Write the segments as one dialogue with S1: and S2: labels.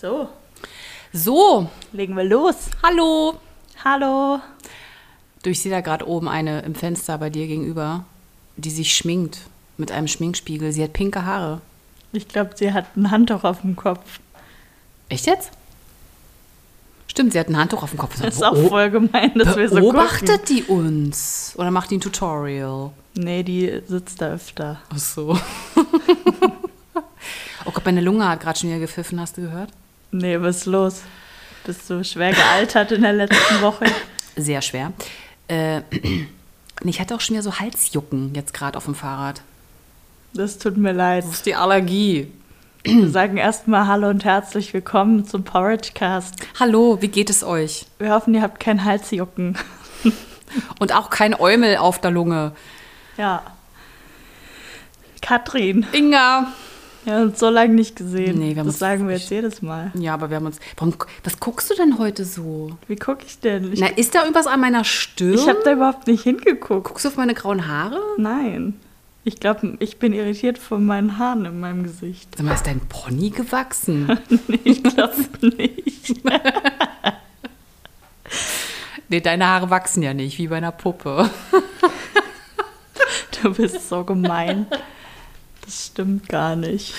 S1: So,
S2: So,
S1: legen wir los.
S2: hallo.
S1: Hallo.
S2: Du, ich sehe da gerade oben eine im Fenster bei dir gegenüber, die sich schminkt mit einem Schminkspiegel. Sie hat pinke Haare.
S1: Ich glaube, sie hat ein Handtuch auf dem Kopf.
S2: Echt jetzt? Stimmt, sie hat ein Handtuch auf dem Kopf.
S1: Das ist auch voll gemein, dass wir so gucken.
S2: Beobachtet die uns? Oder macht die ein Tutorial?
S1: Nee, die sitzt da öfter.
S2: Ach so. oh Gott, meine Lunge hat gerade schon wieder gepfiffen, hast du gehört?
S1: Nee, was ist los? Bist du schwer gealtert in der letzten Woche?
S2: Sehr schwer. Äh, nee, ich hatte auch schon wieder so Halsjucken jetzt gerade auf dem Fahrrad.
S1: Das tut mir leid.
S2: ist die Allergie.
S1: Wir sagen erstmal Hallo und herzlich willkommen zum Porridgecast.
S2: Hallo, wie geht es euch?
S1: Wir hoffen, ihr habt keinen Halsjucken.
S2: Und auch kein Eumel auf der Lunge.
S1: Ja. Katrin,
S2: Inga.
S1: wir haben uns so lange nicht gesehen.
S2: Nee, wir haben
S1: das
S2: uns
S1: sagen wir jetzt
S2: echt-
S1: jedes Mal.
S2: Ja, aber wir haben uns. Warum, was guckst du denn heute so?
S1: Wie gucke ich denn? Ich,
S2: Na, ist da irgendwas an meiner Stirn?
S1: ich habe da überhaupt nicht hingeguckt.
S2: guckst du auf meine grauen Haare?
S1: Nein. Ich glaube, ich bin irritiert von meinen Haaren in meinem Gesicht.
S2: Sag mal, ist dein Pony gewachsen?
S1: Nee, ich glaube nicht.
S2: nee, deine Haare wachsen ja nicht, wie bei einer Puppe.
S1: Du bist so gemein. Das stimmt gar nicht.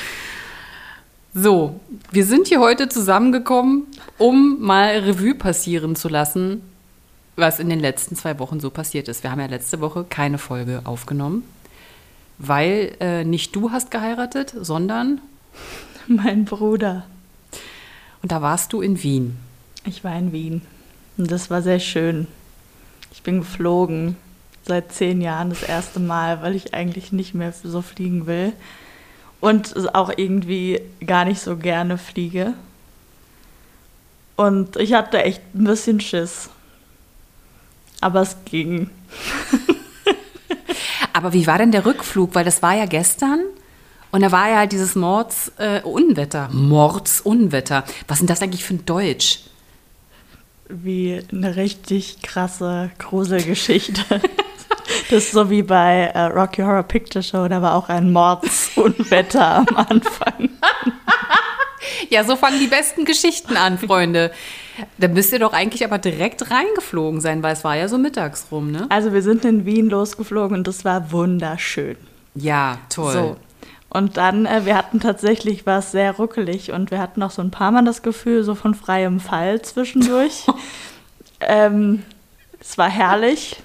S2: So, wir sind hier heute zusammengekommen, um mal Revue passieren zu lassen, was in den letzten zwei Wochen so passiert ist. Wir haben ja letzte Woche keine Folge aufgenommen, weil äh, nicht du hast geheiratet, sondern,
S1: Mein Bruder.
S2: und da warst du in Wien.
S1: Ich war in Wien. Und das war sehr schön. Ich bin geflogen. Seit zehn Jahren das erste Mal, weil ich eigentlich nicht mehr so fliegen will. Und es auch irgendwie gar nicht so gerne fliege. Und ich hatte echt ein bisschen Schiss. Aber es ging.
S2: Aber wie war denn der Rückflug? Weil das war ja gestern und da war ja halt dieses Mords, äh, Unwetter. Mords, Unwetter. Was sind das eigentlich für ein Deutsch?
S1: wie eine richtig krasse Gruselgeschichte. Das ist so wie bei äh, Rocky Horror Picture Show, da war auch ein Mordsunwetter am Anfang.
S2: Ja, so fangen die besten Geschichten an, Freunde. Da müsst ihr doch eigentlich aber direkt reingeflogen sein, weil es war ja so mittags rum, ne?
S1: Also wir sind in Wien losgeflogen und das war wunderschön.
S2: Ja, toll.
S1: So. Und dann, äh, wir hatten tatsächlich was sehr ruckelig und wir hatten auch so ein paar Mal das Gefühl, so von freiem Fall zwischendurch. ähm, es war herrlich.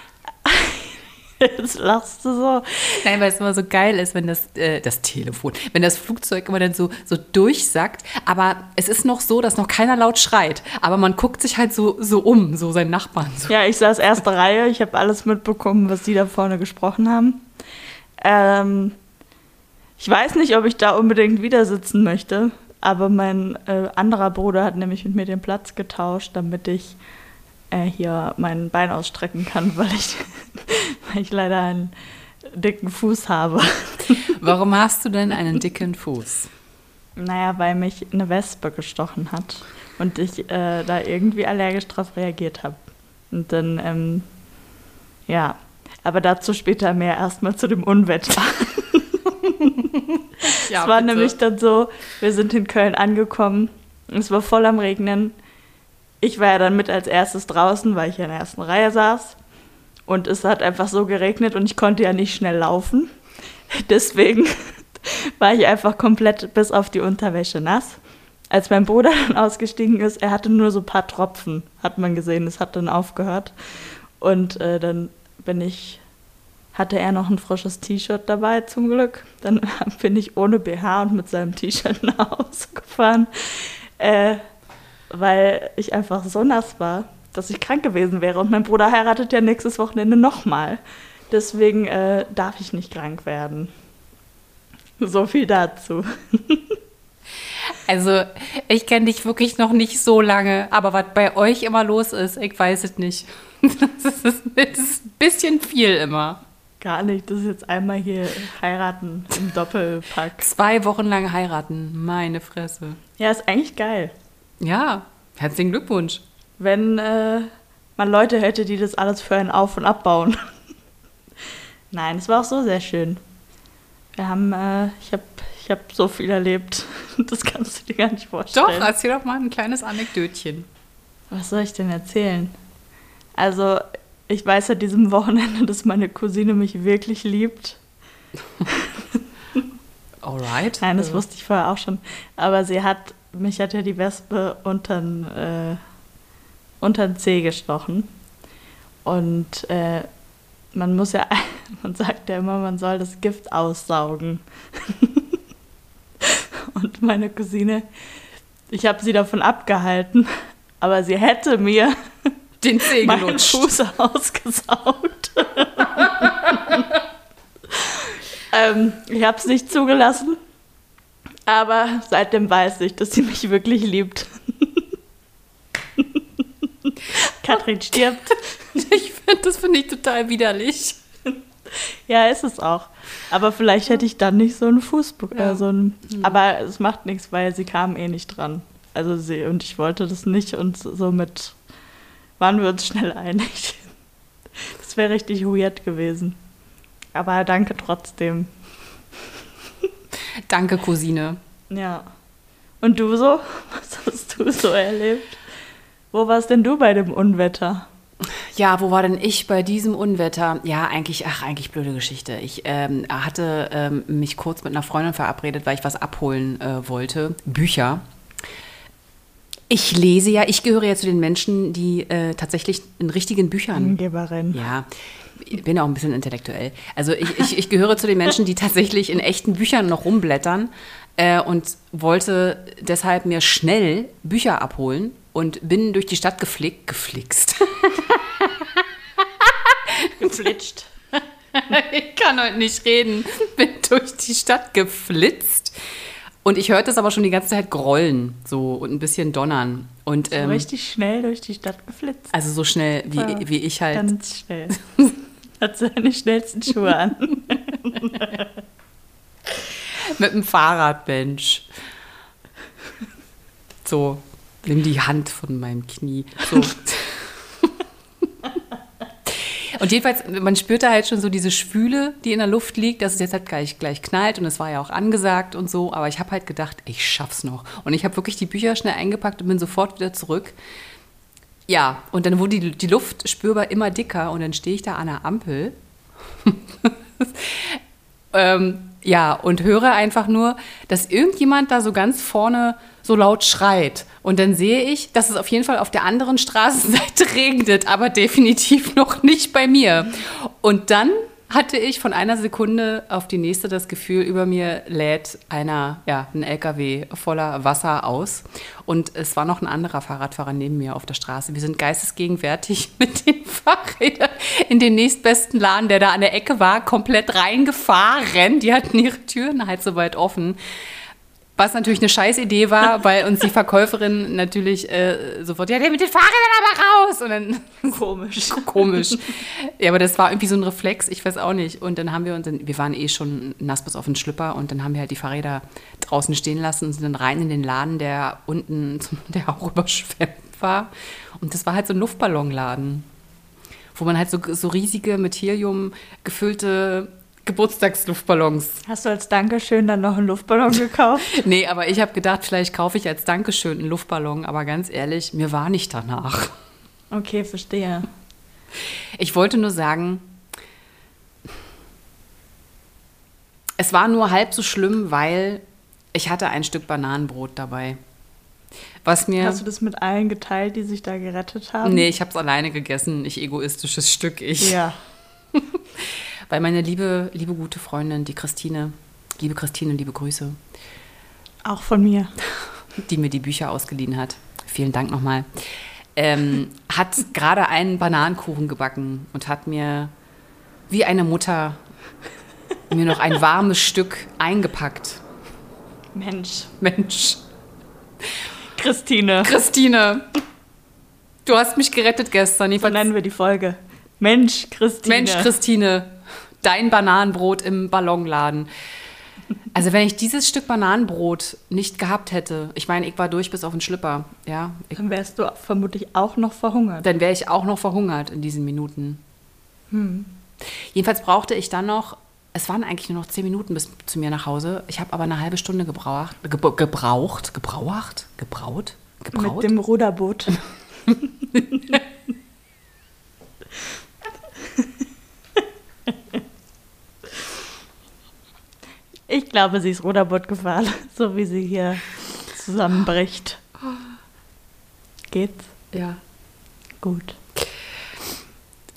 S1: Jetzt lachst du so.
S2: Nein, weil es immer so geil ist, wenn das, äh, das Telefon, wenn das Flugzeug immer dann so, so durchsackt. Aber es ist noch so, dass noch keiner laut schreit. Aber man guckt sich halt so, so um, so seinen Nachbarn. So.
S1: Ja, ich saß erste Reihe. Ich habe alles mitbekommen, was die da vorne gesprochen haben. Ähm, ich weiß nicht, ob ich da unbedingt wieder sitzen möchte, aber mein äh, anderer Bruder hat nämlich mit mir den Platz getauscht, damit ich äh, hier mein Bein ausstrecken kann, weil ich, weil ich leider einen dicken Fuß habe.
S2: Warum hast du denn einen dicken Fuß?
S1: Naja, weil mich eine Wespe gestochen hat und ich äh, da irgendwie allergisch drauf reagiert habe. Und dann, ähm, ja. Aber dazu später mehr erstmal zu dem Unwetter. es war nämlich dann so, wir sind in Köln angekommen, es war voll am Regnen. Ich war ja dann mit als erstes draußen, weil ich ja in der ersten Reihe saß. Und es hat einfach so geregnet und ich konnte ja nicht schnell laufen. Deswegen war ich einfach komplett bis auf die Unterwäsche nass. Als mein Bruder dann ausgestiegen ist, er hatte nur so ein paar Tropfen, hat man gesehen. Es hat dann aufgehört. Und äh, dann bin ich, hatte er noch ein frisches T-Shirt dabei, zum Glück. Dann bin ich ohne BH und mit seinem T-Shirt nach Hause gefahren, äh, weil ich einfach so nass war, dass ich krank gewesen wäre. Und mein Bruder heiratet ja nächstes Wochenende nochmal. Deswegen äh, darf ich nicht krank werden. So viel dazu.
S2: Also, ich kenne dich wirklich noch nicht so lange, aber was bei euch immer los ist, ich weiß es nicht. Das ist, das ist ein bisschen viel immer.
S1: Gar nicht, das ist jetzt einmal hier heiraten im Doppelpack.
S2: Zwei Wochen lang heiraten, meine Fresse.
S1: Ja, ist eigentlich geil.
S2: Ja, herzlichen Glückwunsch.
S1: Wenn äh, man Leute hätte, die das alles für einen auf- und abbauen. Nein, es war auch so sehr schön. Wir haben, äh, ich habe Ich habe so viel erlebt. Das kannst du dir gar nicht vorstellen.
S2: Doch, erzähl doch mal ein kleines Anekdötchen.
S1: Was soll ich denn erzählen? Also, ich weiß seit diesem Wochenende, dass meine Cousine mich wirklich liebt.
S2: Alright.
S1: Nein, das
S2: Äh,
S1: wusste ich vorher auch schon. Aber sie hat, mich hat ja die Wespe untern, äh, untern Zeh gestochen. Und äh, man muss ja, man sagt ja immer, man soll das Gift aussaugen. Und meine Cousine, ich habe sie davon abgehalten, aber sie hätte mir
S2: den Zeh
S1: meinen
S2: gelutscht.
S1: Fuß ausgesaugt. ähm, ich habe es nicht zugelassen, aber seitdem weiß ich, dass sie mich wirklich liebt. Katrin stirbt.
S2: Ich find, das finde ich total widerlich.
S1: Ja, ist es auch. Aber vielleicht hätte ich dann nicht so einen Fuß,
S2: Ja.
S1: äh, so einen, aber es macht nichts, weil sie kam eh nicht dran. Also sie und ich wollte das nicht und somit waren wir uns schnell einig. Das wäre richtig weird gewesen. Aber danke trotzdem.
S2: Danke, Cousine.
S1: Ja. Und du so? Was hast du so erlebt? Wo warst denn du bei dem Unwetter?
S2: Ja, wo war denn ich bei diesem Unwetter? Ja, eigentlich, ach, eigentlich blöde Geschichte. Ich ähm, hatte ähm, mich kurz mit einer Freundin verabredet, weil ich was abholen äh, wollte. Bücher. Ich lese ja, ich gehöre ja zu den Menschen, die äh, tatsächlich in richtigen Büchern
S1: Angeberin.
S2: Ja, ich bin auch ein bisschen intellektuell. Also ich, ich, ich gehöre zu den Menschen, die tatsächlich in echten Büchern noch rumblättern äh, und wollte deshalb mir schnell Bücher abholen und bin durch die Stadt geflick, geflixt.
S1: Geflitscht.
S2: ich kann heute nicht reden. Bin durch die Stadt geflitzt. Und ich hörte es aber schon die ganze Zeit grollen so und ein bisschen donnern. Und ähm,
S1: richtig schnell durch die Stadt geflitzt.
S2: also so schnell wie,
S1: Ja.
S2: wie ich halt.
S1: Ah, Ganz schnell. Hat seine schnellsten Schuhe an.
S2: Mit dem Fahrrad, Mensch. So, nimm die Hand von meinem Knie. So. Und jedenfalls, man spürt da halt schon so diese Schwüle, die in der Luft liegt, dass es jetzt halt gleich, gleich knallt und es war ja auch angesagt und so. Aber ich habe halt gedacht, ich schaff's noch. Und ich habe wirklich die Bücher schnell eingepackt und bin sofort wieder zurück. Ja, und dann wurde die, die Luft spürbar immer dicker und dann stehe ich da an der Ampel ähm, ja, und höre einfach nur, dass irgendjemand da so ganz vorne so laut schreit. Und dann sehe ich, dass es auf jeden Fall auf der anderen Straßenseite regnet, aber definitiv noch nicht bei mir. Und dann hatte ich von einer Sekunde auf die nächste das Gefühl, über mir lädt einer, ja, ein LKW voller Wasser aus. Und es war noch ein anderer Fahrradfahrer neben mir auf der Straße. Wir sind geistesgegenwärtig mit den Fahrrädern in den nächstbesten Laden, der da an der Ecke war, komplett reingefahren. Die hatten ihre Türen halt so weit offen. Was natürlich eine Scheißidee war, weil uns die Verkäuferin natürlich äh, sofort, ja, der mit den Fahrrädern aber raus. Und dann
S1: Komisch.
S2: komisch. ja, aber das war irgendwie so ein Reflex, ich weiß auch nicht. Und dann haben wir uns, in, wir waren eh schon nass bis auf den Schlüpper und dann haben wir halt die Fahrräder draußen stehen lassen und sind dann rein in den Laden, der unten, der auch überschwemmt war. Und das war halt so ein Luftballonladen, wo man halt so, so riesige mit Helium gefüllte Geburtstagsluftballons
S1: Hast du als Dankeschön dann noch einen Luftballon gekauft?
S2: Nee, aber ich habe gedacht, vielleicht kaufe ich als Dankeschön einen Luftballon, aber ganz ehrlich, mir war nicht danach.
S1: Okay, verstehe.
S2: Ich wollte nur sagen, es war nur halb so schlimm, weil ich hatte ein Stück Bananenbrot dabei. Was mir
S1: Hast du das mit allen geteilt, die sich da gerettet haben?
S2: Nee, ich habe es alleine gegessen, ich egoistisches Stück ich.
S1: Ja.
S2: Weil meine liebe liebe gute Freundin, die Christine, liebe Christine, liebe Grüße,
S1: Auch von mir.
S2: die mir die Bücher ausgeliehen hat. Vielen Dank nochmal. Ähm, hat gerade einen Bananenkuchen gebacken und hat mir wie eine Mutter mir noch ein warmes Stück eingepackt.
S1: Mensch.
S2: Mensch,
S1: Christine.
S2: Christine, du hast mich gerettet gestern.
S1: So
S2: Jedenfalls-
S1: nennen wir die Folge. Mensch, Christine.
S2: Mensch, Christine, dein Bananenbrot im Ballonladen. Also wenn ich dieses Stück Bananenbrot nicht gehabt hätte, ich meine, ich war durch bis auf den Schlipper, ja, ich
S1: Dann wärst du vermutlich auch noch verhungert.
S2: dann wäre
S1: Hm.
S2: ich auch noch verhungert in diesen Minuten. Jedenfalls brauchte ich dann noch Es waren eigentlich nur noch zehn Minuten bis zu mir nach Hause. Ich habe aber eine halbe Stunde gebraucht, gebra- gebraucht, gebraucht, gebraut, gebraut.
S1: Mit dem Ruderboot. ich glaube, sie ist Ruderboot gefahren, so wie sie hier zusammenbricht. Geht's?
S2: ja.
S1: Gut.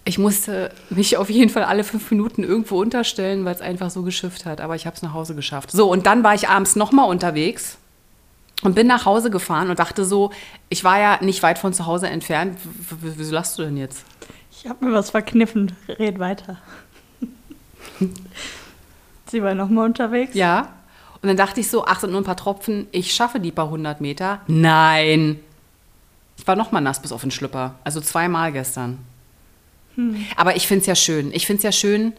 S2: Ich musste mich auf jeden Fall alle fünf Minuten irgendwo unterstellen, weil es einfach so geschifft hat. Aber ich habe es nach Hause geschafft. So, und dann war ich abends nochmal unterwegs und bin nach Hause gefahren und dachte so, ich war ja nicht weit von zu Hause entfernt. W- w- Wieso lachst du denn jetzt?
S1: Ich habe mir was verkniffen. Red weiter. sie war nochmal unterwegs.
S2: Ja. Und dann dachte ich so, ach, sind nur ein paar Tropfen, ich schaffe die paar hundert Meter. Nein. Ich war nochmal nass bis auf den Schlüpper. Also zweimal gestern. Aber ich finde es ja schön. Ich finde es ja schön.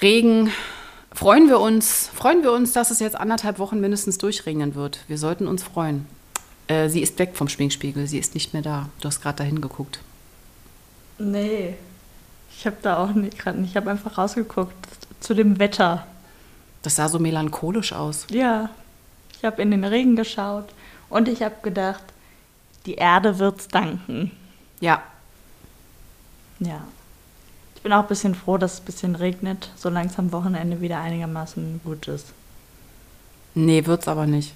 S2: Regen. Freuen wir uns, freuen wir uns, dass es jetzt anderthalb Wochen mindestens durchregnen wird. Wir sollten uns freuen. Äh, sie ist weg vom Schwingspiegel, sie ist nicht mehr da. Du hast gerade dahin geguckt.
S1: Nee. Ich habe da auch nicht gerade. Ich habe einfach rausgeguckt zu dem Wetter.
S2: Das sah so melancholisch aus.
S1: Ja, ich habe in den Regen geschaut und ich habe gedacht, die Erde wird's danken.
S2: Ja,
S1: Ja. Ich bin auch ein bisschen froh, dass es ein bisschen regnet, solange es am Wochenende wieder einigermaßen gut ist.
S2: nee, wird's aber nicht.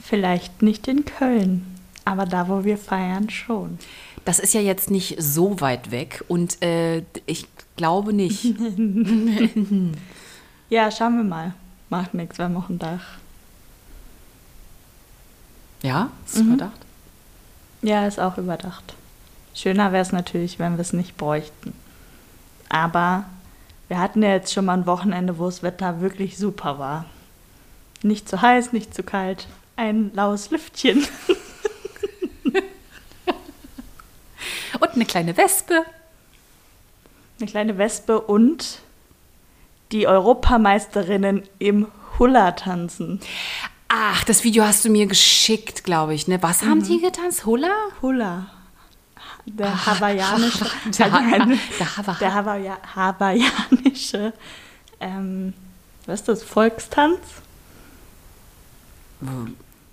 S1: Vielleicht nicht in Köln, aber da, wo wir feiern, schon.
S2: Das ist ja jetzt nicht so weit weg und äh, ich glaube nicht.
S1: Mhm. Ja, schauen wir mal. Macht nichts, wir haben auch ein Dach.
S2: ja, hast
S1: Mhm.
S2: du überdacht?
S1: Ja, ist auch überdacht. Schöner wäre es natürlich, wenn wir es nicht bräuchten. Aber wir hatten ja jetzt schon mal ein Wochenende, wo das Wetter wirklich super war. Nicht zu heiß, nicht zu kalt. Ein laues Lüftchen.
S2: Und eine kleine Wespe.
S1: Eine kleine Wespe und die Europameisterinnen im Hula-Tanzen.
S2: Ach, das Video hast du mir geschickt, glaube ich. Ne? Was
S1: Mhm.
S2: haben die getanzt? Hula?
S1: Hula. Der hawaiianische.
S2: Der
S1: also ein-
S2: der Hawa-
S1: der Hawaia, hawaiianische. Ähm, was ist das? Volkstanz?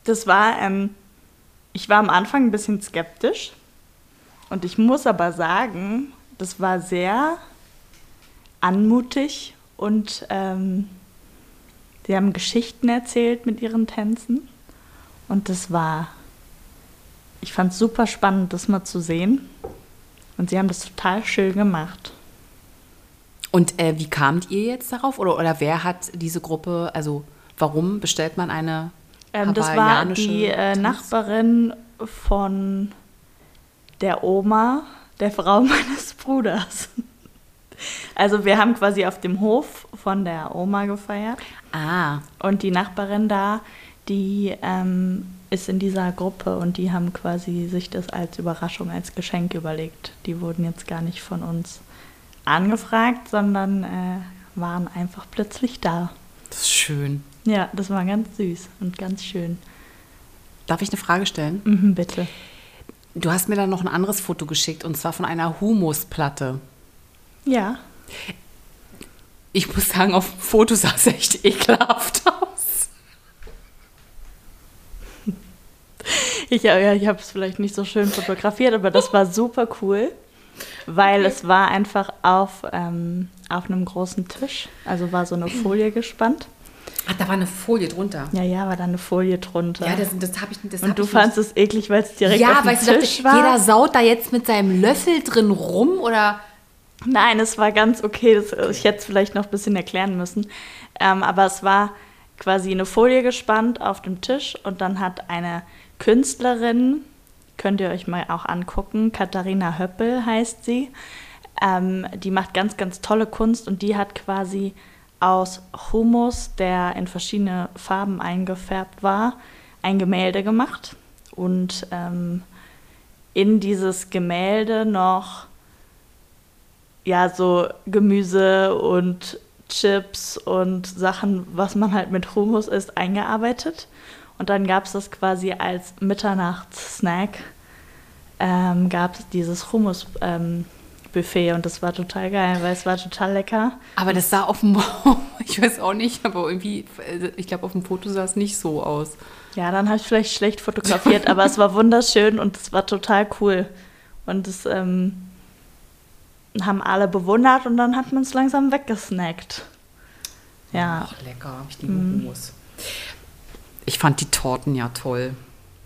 S1: Das war, ähm, ich war am Anfang ein bisschen skeptisch. Und ich muss aber sagen, das war sehr anmutig und ähm, die haben Geschichten erzählt mit ihren Tänzen. Und das war, ich fand es super spannend, das mal zu sehen. Und sie haben das total schön gemacht.
S2: Und äh, wie kamt ihr jetzt darauf? Oder, oder wer hat diese Gruppe, also warum bestellt man eine
S1: Ähm, das war
S2: hawaiianische
S1: die äh,
S2: Tanz-
S1: Nachbarin von der Oma, der Frau meines Bruders. Also wir haben quasi auf dem Hof von der Oma gefeiert
S2: Ah,
S1: und die Nachbarin da, die ähm, ist in dieser Gruppe und die haben quasi sich das als Überraschung, als Geschenk überlegt. Die wurden jetzt gar nicht von uns angefragt, sondern äh, waren einfach plötzlich da.
S2: das ist schön.
S1: Ja, das war ganz süß und ganz schön.
S2: Darf ich eine Frage stellen?
S1: Mhm, bitte.
S2: Du hast mir dann noch ein anderes Foto geschickt und zwar von einer Humusplatte.
S1: Ja.
S2: Ich muss sagen, auf dem Foto sah es echt ekelhaft aus.
S1: Ich, äh, ja, ich habe es vielleicht nicht so schön fotografiert, aber das war super cool, weil es war einfach auf, ähm, auf einem großen Tisch, also war so eine Folie gespannt.
S2: Ach, Ah, da war eine Folie drunter.
S1: Ja, ja, war da eine Folie drunter.
S2: Ja, das, das habe ich das hab
S1: Und du
S2: ich
S1: fandst es eklig, weil es direkt
S2: nicht. Ja,
S1: auf
S2: weil
S1: dem
S2: ich dachte,
S1: Tisch war?
S2: jeder saut da jetzt mit seinem Löffel drin rum oder.
S1: Nein, es war ganz okay. Das, Ich hätte es vielleicht noch ein bisschen erklären müssen. Ähm, aber es war quasi eine Folie gespannt auf dem Tisch und dann hat eine Künstlerin, könnt ihr euch mal auch angucken, Katharina Höppel heißt sie, ähm, die macht ganz, ganz tolle Kunst und die hat quasi aus Humus, der in verschiedene Farben eingefärbt war, ein Gemälde gemacht und ähm, in dieses Gemälde noch ja, so Gemüse und Chips und Sachen, was man halt mit Hummus isst, eingearbeitet. Und dann gab es das quasi als Mitternachtssnack, ähm, gab es dieses Hummus-Buffet. Buffet und das war total geil, weil es war total lecker.
S2: Aber das sah auf dem, ich weiß auch nicht, aber irgendwie, äh, ich glaube, auf dem Foto sah es nicht so aus.
S1: Ja, dann habe ich vielleicht schlecht fotografiert, aber es war wunderschön und es war total cool. Und es ähm, haben alle bewundert und dann hat man es langsam weggesnackt. Ja. Mhm.
S2: Ach, lecker, ich liebe Hummus. Ich fand die Torten ja toll.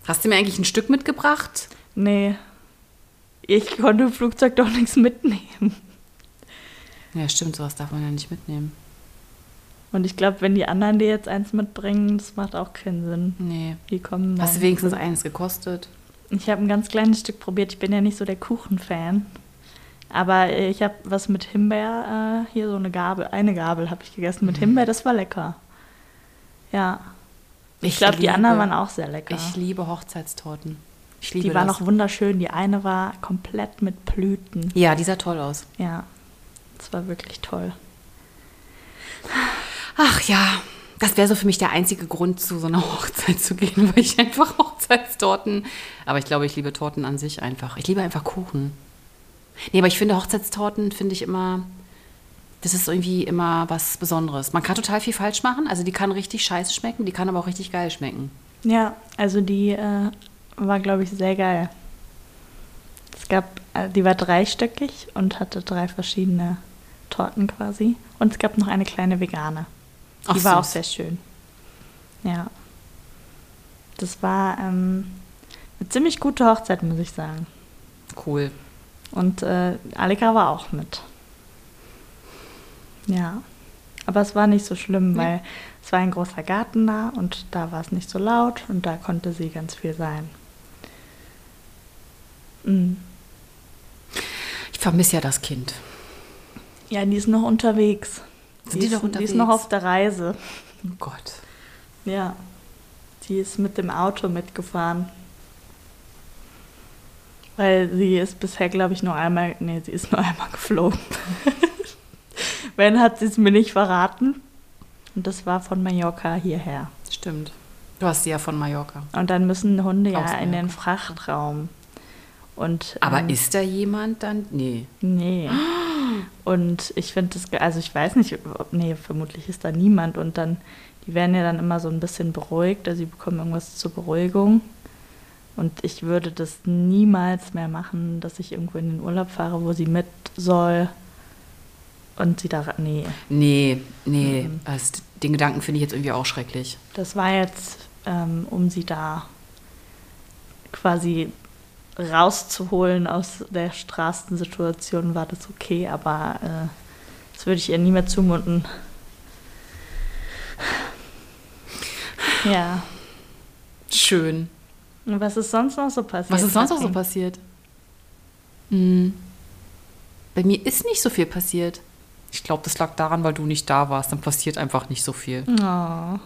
S2: Hast du mir eigentlich ein Stück mitgebracht?
S1: Nee. Ich konnte im Flugzeug doch nichts mitnehmen.
S2: Ja, stimmt, sowas darf man ja nicht mitnehmen.
S1: Und ich glaube, wenn die anderen dir jetzt eins mitbringen, das macht auch keinen Sinn.
S2: Nee.
S1: Die kommen
S2: Hast du
S1: dann.
S2: wenigstens eines gekostet?
S1: Ich habe ein ganz kleines Stück probiert. Ich bin ja nicht so der Kuchenfan. Aber äh, ich habe was mit Himbeer, äh, hier so eine Gabel, eine Gabel habe ich gegessen
S2: Mhm.
S1: mit Himbeer, das war lecker. Ja. Ich,
S2: Ich
S1: glaube, die
S2: liebe-
S1: anderen waren auch sehr lecker.
S2: Ich liebe Hochzeitstorten. Ich liebe
S1: die waren
S2: das.
S1: auch wunderschön. Die eine war komplett mit Blüten.
S2: Ja, die sah toll aus.
S1: Ja, das war wirklich toll.
S2: Ach ja, das wäre so für mich der einzige Grund, zu so einer Hochzeit zu gehen, weil ich einfach Hochzeitstorten. Aber ich glaube, ich liebe Torten an sich einfach. Ich liebe einfach Kuchen. Nee, aber ich finde Hochzeitstorten finde ich immer. Das ist irgendwie immer was Besonderes. Man kann total viel falsch machen. Also die kann richtig scheiße schmecken, die kann aber auch richtig geil schmecken.
S1: Ja, also die äh, war, glaube ich, sehr geil. Es gab, äh, die war dreistöckig und hatte drei verschiedene Torten quasi. Und es gab noch eine kleine vegane. Die
S2: Ach,
S1: war auch
S2: süß.
S1: sehr schön. Ja. Das war ähm, eine ziemlich gute Hochzeit, muss ich sagen.
S2: Cool.
S1: Und äh, Alika war auch mit. Ja. Aber es war nicht so schlimm, weil es war ein großer Garten da und da war es nicht so laut und da konnte sie ganz viel sein. Mhm.
S2: Ich vermisse ja das Kind.
S1: Ja, die ist noch unterwegs.
S2: Sind die
S1: ist,
S2: noch
S1: Die ist noch
S2: unterwegs?
S1: auf der Reise.
S2: Oh Gott.
S1: Ja. Die ist mit dem Auto mitgefahren. Weil sie ist bisher, glaube ich, nur einmal, nee, sie ist nur einmal geflogen. Wenn, hat sie es mir nicht verraten. Und das war von Mallorca hierher.
S2: Stimmt. Du hast sie ja von Mallorca.
S1: Und dann müssen Hunde ja
S2: Aus
S1: in den
S2: Mallorca.
S1: Frachtraum. Und,
S2: Aber
S1: ähm,
S2: ist da jemand dann? Nee.
S1: Nee. Und ich finde das, ge- also ich weiß nicht, ob, nee, vermutlich ist da niemand. Und dann, die werden ja dann immer so ein bisschen beruhigt, also sie bekommen irgendwas zur Beruhigung. Und ich würde das niemals mehr machen, dass ich irgendwo in den Urlaub fahre, wo sie mit soll. Und sie da, nee,
S2: Nee, nee. Also den Gedanken finde ich jetzt irgendwie auch schrecklich.
S1: das war jetzt, ähm, um sie da quasi rauszuholen aus der Straßensituation, war das okay, aber äh, das würde ich ihr nie mehr zumuten. Ja.
S2: Schön.
S1: Und was ist sonst noch so passiert?
S2: Was ist sonst noch so
S1: Katrin?
S2: passiert? Hm. Bei mir ist nicht so viel passiert. Ich glaube, das lag daran, weil du nicht da warst. Dann passiert einfach nicht so viel.
S1: Oh,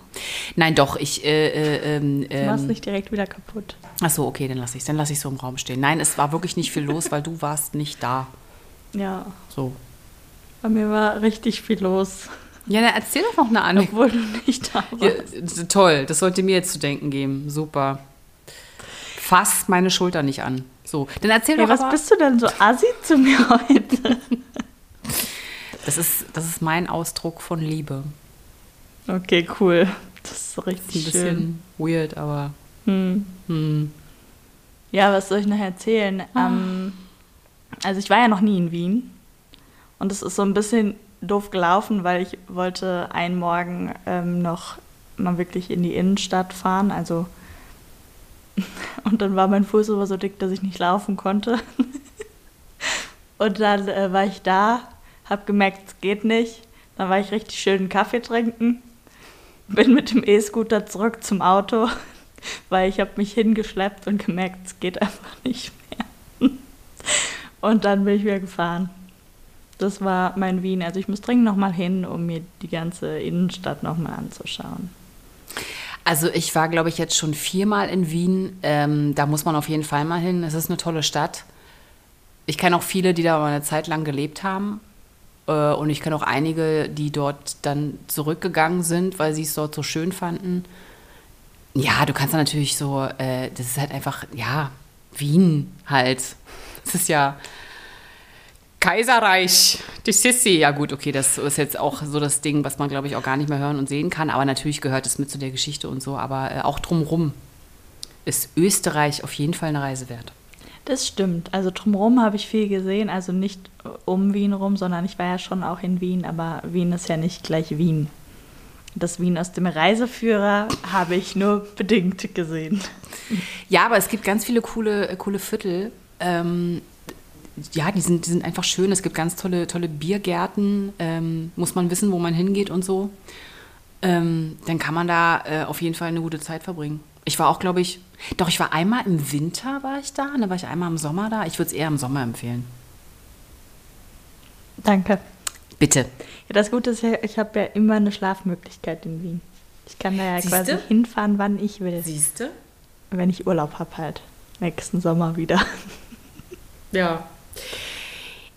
S2: Nein, doch, ich. Äh, äh, ähm,
S1: du machst
S2: ähm,
S1: nicht direkt wieder kaputt.
S2: ach so, okay, dann lasse ich Dann lasse ich so im Raum stehen. Nein, es war wirklich nicht viel los, weil du warst nicht da.
S1: Ja,
S2: So.
S1: bei mir war richtig viel los,
S2: Ja, dann erzähl doch noch eine andere.
S1: obwohl du nicht da warst.
S2: Ja, toll, das sollte mir jetzt zu denken geben. Super. Fass meine Schulter nicht an. So, dann erzähl
S1: Ja,
S2: doch
S1: was
S2: aber-
S1: bist du denn so assi zu mir heute?
S2: Das ist, das ist mein Ausdruck von Liebe.
S1: Okay, cool. Das ist so
S2: Ist ein
S1: richtig schön.
S2: bisschen weird, aber.
S1: Hm.
S2: Hm.
S1: Ja, was soll ich noch erzählen? Ähm, also ich war ja noch nie in Wien und es ist so ein bisschen doof gelaufen, weil ich wollte einen Morgen ähm, noch mal wirklich in die Innenstadt fahren, also und dann war mein Fuß aber so dick, dass ich nicht laufen konnte. und dann äh, war ich da, hab gemerkt, es geht nicht. Dann war ich richtig schön einen Kaffee trinken, bin mit dem E-Scooter zurück zum Auto weil ich habe mich hingeschleppt und gemerkt, es geht einfach nicht mehr. Und dann bin ich wieder gefahren. Das war mein Wien. Also ich muss dringend nochmal hin, um mir die ganze Innenstadt nochmal anzuschauen.
S2: Also ich war, glaube ich, jetzt schon viermal in Wien. Ähm, da muss man auf jeden Fall mal hin. Es ist eine tolle Stadt. Ich kenne auch viele, die da mal eine Zeit lang gelebt haben. Äh, und ich kenne auch einige, die dort dann zurückgegangen sind, weil sie es dort so schön fanden. Ja, du kannst da natürlich so, äh, das ist halt einfach, ja, Wien halt. Das ist ja, Kaiserreich, die Sissi. Ja gut, okay, das ist jetzt auch so das Ding, was man, glaube ich, auch gar nicht mehr hören und sehen kann. Aber natürlich gehört es mit zu der Geschichte und so. Aber äh, auch drumrum ist Österreich auf jeden Fall eine Reise wert.
S1: Das stimmt. Also drumherum habe ich viel gesehen. Also nicht um Wien rum, sondern ich war ja schon auch in Wien, aber Wien ist ja nicht gleich Wien. Das Wien aus dem Reiseführer habe ich nur bedingt gesehen.
S2: Ja, aber es gibt ganz viele coole, äh, coole Viertel. Ähm, ja, die sind, die sind einfach schön. Es gibt ganz tolle, tolle Biergärten. Ähm, muss man wissen, wo man hingeht und so. Ähm, dann kann man da äh, auf jeden Fall eine gute Zeit verbringen. Ich war auch, glaube ich, doch, ich war einmal im Winter war ich da, dann war ich einmal im Sommer da. Ich würde es eher im Sommer empfehlen.
S1: Danke.
S2: Bitte.
S1: Ja, das Gute ist ja, ich habe ja immer eine Schlafmöglichkeit in Wien. Ich kann da ja
S2: Siehste?
S1: quasi hinfahren, wann ich will.
S2: Siehst du?
S1: Wenn ich Urlaub habe halt. Nächsten Sommer wieder.
S2: Ja.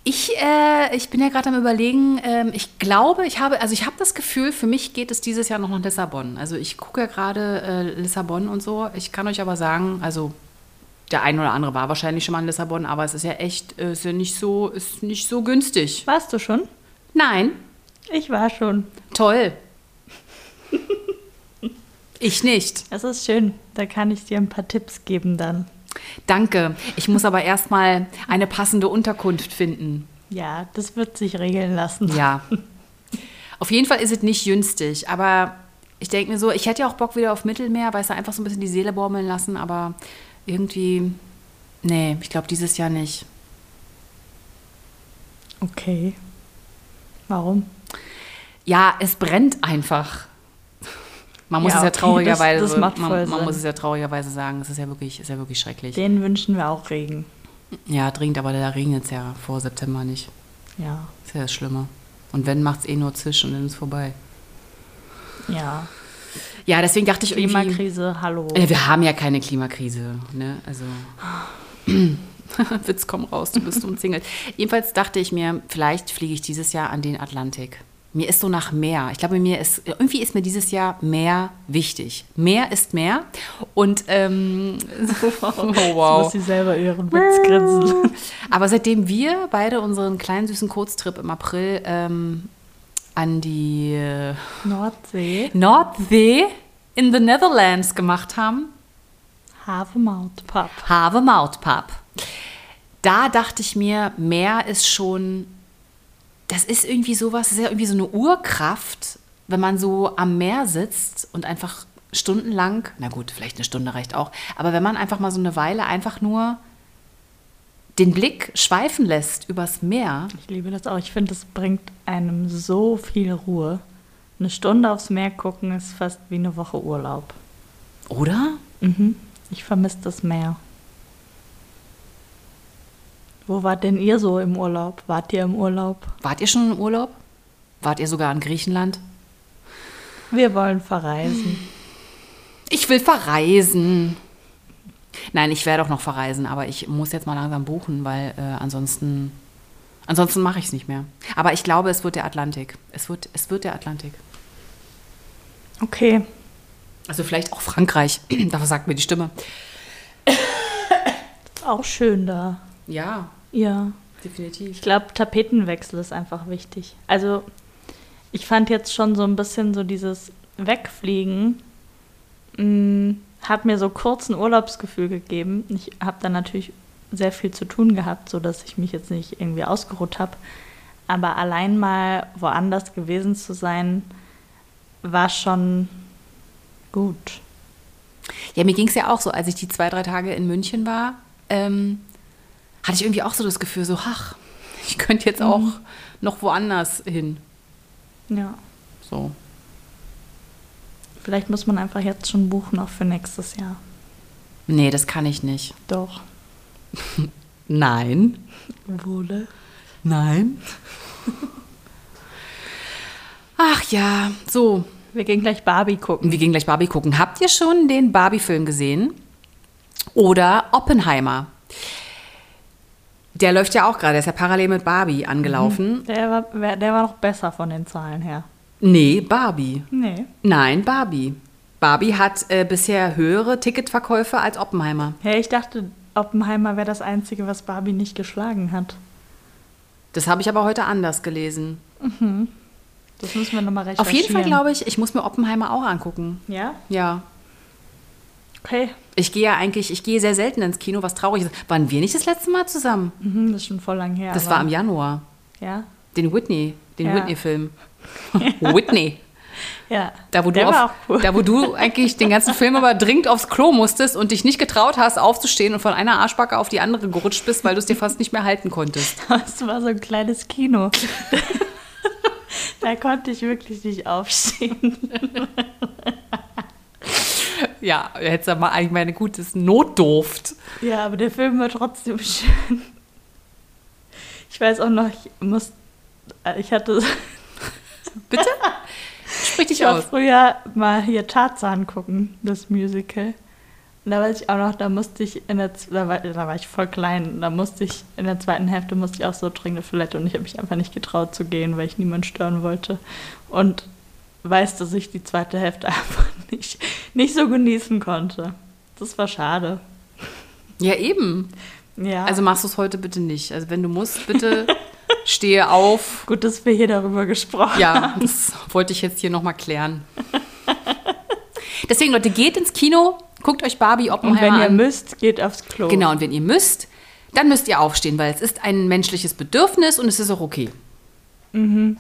S2: Ich, äh, ich bin ja gerade am überlegen, ähm, ich glaube, ich habe, also ich habe das Gefühl, für mich geht es dieses Jahr noch nach Lissabon. Also ich gucke ja gerade äh, Lissabon und so. Ich kann euch aber sagen, also der ein oder andere war wahrscheinlich schon mal in Lissabon, aber es ist ja echt, äh, ist ja nicht so, ist nicht so günstig.
S1: Warst du schon?
S2: Nein,
S1: Ich war schon.
S2: toll. ich nicht.
S1: Das ist schön. Da kann ich dir ein paar Tipps geben dann.
S2: Danke. Ich muss aber erstmal eine passende Unterkunft finden.
S1: Ja, das wird sich regeln lassen.
S2: Ja. Auf jeden Fall ist es nicht günstig, aber ich denke mir so, ich hätte ja auch Bock wieder auf Mittelmeer, weil es da einfach so ein bisschen die Seele baumeln lassen, aber irgendwie, nee, ich glaube dieses Jahr nicht.
S1: Okay. Warum?
S2: Ja, es brennt einfach. Man muss
S1: Ja,
S2: es ja
S1: okay, das-
S2: traurigerweise,
S1: das macht voll
S2: man, man
S1: Sinn.
S2: muss es ja traurigerweise sagen, es ist ja wirklich, ist ja wirklich schrecklich.
S1: Den wünschen wir auch Regen.
S2: Ja, dringend, aber da regnet es ja vor September nicht.
S1: Ja.
S2: Ist ja das Schlimme. Und wenn, macht es eh nur Zisch und dann ist vorbei.
S1: Ja.
S2: Ja, deswegen dachte ich irgendwie...
S1: Klimakrise, hallo.
S2: Äh, Wir haben ja keine Klimakrise, ne? Also. Witz, komm raus, du bist umzingelt. Jedenfalls dachte ich mir, vielleicht fliege ich dieses Jahr an den Atlantik. Mir ist so nach Meer. Ich glaube, mir ist, irgendwie ist mir dieses Jahr Meer wichtig. Meer ist Meer. Und, ähm, oh,
S1: Jetzt muss sie selber ihren Witz grinsen.
S2: aber seitdem wir beide unseren kleinen süßen Kurztrip im April ähm, an die äh,
S1: Nordsee,
S2: Nordsee in the Netherlands gemacht haben,
S1: Havemaut, Papp.
S2: Have Mautpap. Da dachte ich mir, Meer ist schon, das ist irgendwie sowas, das ist ja irgendwie so eine Urkraft, wenn man so am Meer sitzt und einfach stundenlang, na gut, vielleicht eine Stunde reicht auch, aber wenn man einfach mal so eine Weile einfach nur den Blick schweifen lässt übers Meer,
S1: Ich liebe das auch. Ich finde, das bringt einem so viel Ruhe. Eine Stunde aufs Meer gucken ist fast wie eine Woche Urlaub.
S2: oder?
S1: Mhm. Ich vermisse das Meer. Wo wart denn ihr so im Urlaub? Wart ihr im Urlaub?
S2: Wart ihr schon im Urlaub? Wart ihr sogar in Griechenland?
S1: Wir wollen verreisen.
S2: Ich will verreisen. Nein, ich werde auch noch verreisen, aber ich muss jetzt mal langsam buchen, weil äh, ansonsten, ansonsten mache ich es nicht mehr. Aber ich glaube, es wird der Atlantik. Es wird, es wird der Atlantik.
S1: Okay.
S2: Also vielleicht auch Frankreich. da versagt mir die Stimme.
S1: Ist auch schön da.
S2: Ja,
S1: Ja.
S2: definitiv.
S1: Ich glaube, Tapetenwechsel ist einfach wichtig. Also, ich fand jetzt schon so ein bisschen so dieses Wegfliegen, mh, hat mir so kurz ein Urlaubsgefühl gegeben. Ich habe dann natürlich sehr viel zu tun gehabt, sodass ich mich jetzt nicht irgendwie ausgeruht habe. Aber allein mal woanders gewesen zu sein, war schon gut.
S2: Ja, mir ging es ja auch so, als ich die zwei, drei Tage in München war, ähm, hatte ich irgendwie auch so das Gefühl, so, ach, ich könnte jetzt auch noch woanders hin.
S1: Ja.
S2: So.
S1: Vielleicht muss man einfach jetzt schon buchen, auch für nächstes Jahr.
S2: Nee, das kann ich nicht.
S1: Doch.
S2: Nein.
S1: Wohle.
S2: Nein. Ach ja, so.
S1: Wir gehen gleich Barbie gucken.
S2: Wir gehen gleich Barbie gucken. Habt ihr schon den Barbie-Film gesehen? Oder Oppenheimer? Der läuft ja auch gerade, der ist ja parallel mit Barbie angelaufen.
S1: Der war, wer- der war noch besser von den Zahlen her.
S2: Nee, Barbie.
S1: Nee.
S2: Nein, Barbie. Barbie hat äh, bisher höhere Ticketverkäufe als Oppenheimer.
S1: Ja, ich dachte, Oppenheimer wäre das Einzige, was Barbie nicht geschlagen hat.
S2: Das habe ich aber heute anders gelesen.
S1: Das müssen wir nochmal recherchieren.
S2: Auf jeden Fall glaube ich, ich muss mir Oppenheimer auch angucken.
S1: Ja?
S2: Ja.
S1: Okay.
S2: Ich gehe ja eigentlich, ich gehe sehr selten ins Kino, was traurig ist. Waren wir nicht das letzte Mal zusammen?
S1: Mhm, das ist schon voll lang her.
S2: das
S1: aber-
S2: war im Januar.
S1: Ja.
S2: Den Whitney, den
S1: Ja.
S2: Whitney-Film. Whitney.
S1: Ja.
S2: Da wo, du
S1: Der war
S2: auf,
S1: auch cool.
S2: da, wo du eigentlich den ganzen Film aber dringend aufs Klo musstest und dich nicht getraut hast, aufzustehen und von einer Arschbacke auf die andere gerutscht bist, weil du es dir fast nicht mehr halten konntest.
S1: Das war so ein kleines Kino. da konnte ich wirklich nicht aufstehen.
S2: Ja, jetzt sag mal eigentlich meine gutes Notdurft.
S1: Ja, aber der Film war trotzdem schön. Ich weiß auch noch, ich muss. Ich hatte,
S2: Bitte? Sprich dich
S1: ich war
S2: aus.
S1: früher mal hier Tarzan gucken, das Musical. Und da weiß ich auch noch, da musste ich in der, Z- da war, da war ich voll klein, Und da musste ich in der zweiten Hälfte musste ich auch so dringend auf Toilette und ich habe mich einfach nicht getraut zu gehen, weil ich niemanden stören wollte. Und weiß, dass ich die zweite Hälfte einfach nicht, nicht so genießen konnte. Das war schade.
S2: Ja, eben.
S1: Ja.
S2: Also machst du es heute bitte nicht. Also wenn du musst, bitte stehe auf.
S1: gut, dass wir hier darüber gesprochen
S2: Ja, das wollte ich jetzt hier nochmal klären. Deswegen, Leute, geht ins Kino, guckt euch Barbie
S1: Und
S2: Oppenheimer
S1: wenn ihr
S2: an.
S1: müsst, geht aufs Klo.
S2: Genau, und wenn ihr müsst, dann müsst ihr aufstehen, weil es ist ein menschliches Bedürfnis und es ist auch okay.
S1: Mhm.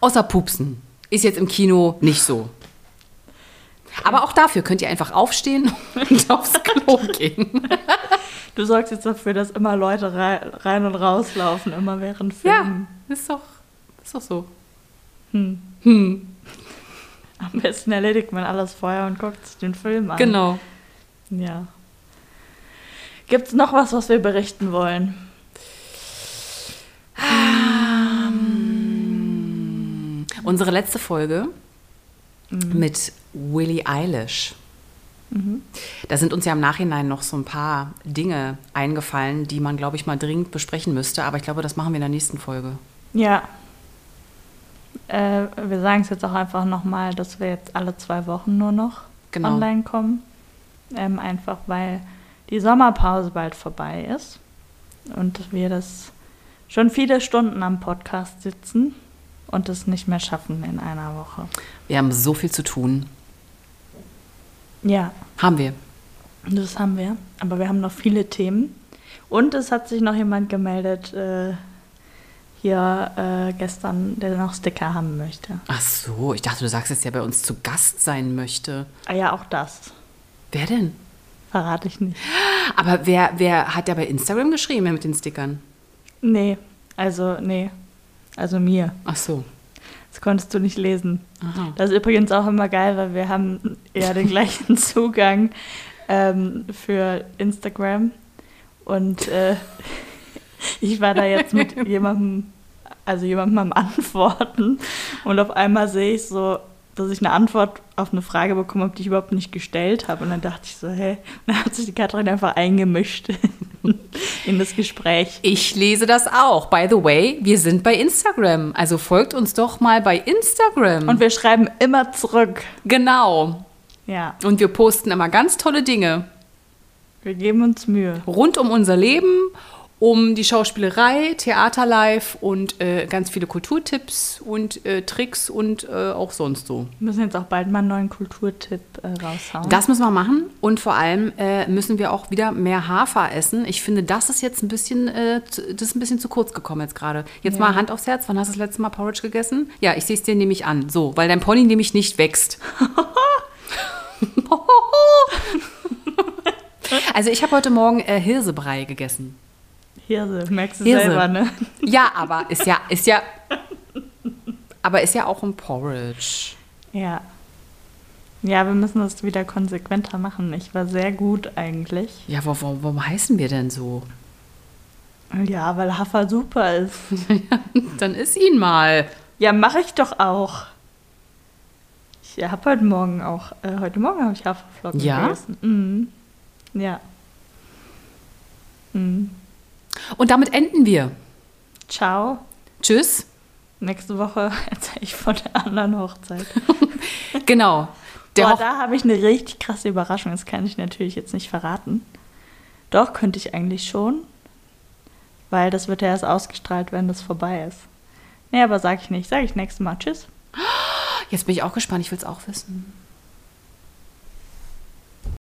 S2: Außer Pupsen. Ist jetzt im Kino nicht so. Aber auch dafür könnt ihr einfach aufstehen und aufs Klo gehen.
S1: Du sorgst jetzt dafür, dass immer Leute rei- rein und rauslaufen, immer während
S2: Ja,
S1: Filmen.
S2: ist doch, ist doch so.
S1: Hm.
S2: Hm,
S1: Am besten erledigt man alles vorher und guckt sich den Film an.
S2: Genau.
S1: Ja. Gibt's noch was, was wir berichten wollen?
S2: Unsere letzte Folge
S1: Mhm.
S2: mit Willie Eilish. Da sind uns ja im Nachhinein noch so ein paar Dinge eingefallen, die man, glaube ich, mal dringend besprechen müsste. Aber ich glaube, das machen wir in der nächsten Folge.
S1: Ja. Äh, wir sagen es jetzt auch einfach nochmal, dass wir jetzt alle zwei Wochen nur noch
S2: Genau.
S1: online kommen. Ähm, einfach weil die Sommerpause bald vorbei ist und wir das schon viele Stunden am Podcast sitzen und es nicht mehr schaffen in einer Woche.
S2: Wir haben so viel zu tun.
S1: Ja,
S2: Haben wir.
S1: das haben wir. Aber wir haben noch viele Themen. Und es hat sich noch jemand gemeldet äh, hier äh, gestern, der noch Sticker haben möchte.
S2: Ach so, ich dachte, du sagst jetzt, der bei uns zu Gast sein möchte.
S1: Ah ja, auch das.
S2: Wer denn?
S1: Verrate ich nicht.
S2: Aber wer, wer hat ja bei Instagram geschrieben mit den Stickern?
S1: Nee, also nee. Also mir.
S2: Ach so.
S1: Das konntest du nicht lesen.
S2: Aha.
S1: Das ist übrigens auch immer geil, weil wir haben ja den gleichen Zugang ähm, für Instagram. Und äh, ich war da jetzt mit jemandem, also jemandem am Antworten. Und auf einmal sehe ich so, dass ich eine Antwort auf eine Frage bekomme, habe, die ich überhaupt nicht gestellt habe. Und dann dachte ich so, hä? Und dann hat sich die Katrin einfach eingemischt in das Gespräch.
S2: Ich lese das auch. By the way, wir sind bei Instagram. Also folgt uns doch mal bei Instagram.
S1: Und wir schreiben immer zurück.
S2: genau.
S1: Ja,
S2: Und wir posten immer ganz tolle Dinge
S1: wir geben uns Mühe.
S2: rund um unser Leben, um die Schauspielerei, Theaterlife und äh, ganz viele Kulturtipps und äh, Tricks und äh, auch sonst so.
S1: Wir müssen jetzt auch bald mal einen neuen Kulturtipp äh, raushauen.
S2: Das müssen wir machen und vor allem äh, müssen wir auch wieder mehr Hafer essen. Ich finde, das ist jetzt ein bisschen, äh, zu- das ist ein bisschen zu kurz gekommen jetzt gerade. Jetzt
S1: Ja.
S2: mal Hand aufs Herz. Wann hast du das letzte Mal Porridge gegessen? Ja, ich sehe es dir nämlich an. So, weil dein Pony nämlich nicht wächst. also ich habe heute Morgen äh, Hirsebrei gegessen.
S1: Hirse, merkst du
S2: Hirse.
S1: selber, ne?
S2: Ja, aber ist ja, ist ja, aber ist ja auch ein Porridge.
S1: Ja. Ja, wir müssen das wieder konsequenter machen. Ich war sehr gut eigentlich.
S2: Ja, wa- wa- warum heißen wir denn so?
S1: Ja, weil Hafer super ist.
S2: Dann ist ihn mal.
S1: Ja, mache ich doch auch. Ich habe heute Morgen auch, äh, heute Morgen habe ich Haferflocken
S2: Ja?
S1: gegessen. Mhm. Ja. Mhm.
S2: Und damit enden wir.
S1: Ciao.
S2: Tschüss.
S1: Nächste Woche erzähle ich von der anderen Hochzeit.
S2: Genau. Der
S1: Boah,
S2: Hoch
S1: da habe ich eine richtig krasse Überraschung. Das kann ich natürlich jetzt nicht verraten. Doch, könnte ich eigentlich schon. weil das wird ja erst ausgestrahlt, wenn das vorbei ist. Nee, aber sag ich nicht. Sag ich nächstes Mal. Tschüss.
S2: Jetzt bin ich auch gespannt, ich will es auch wissen.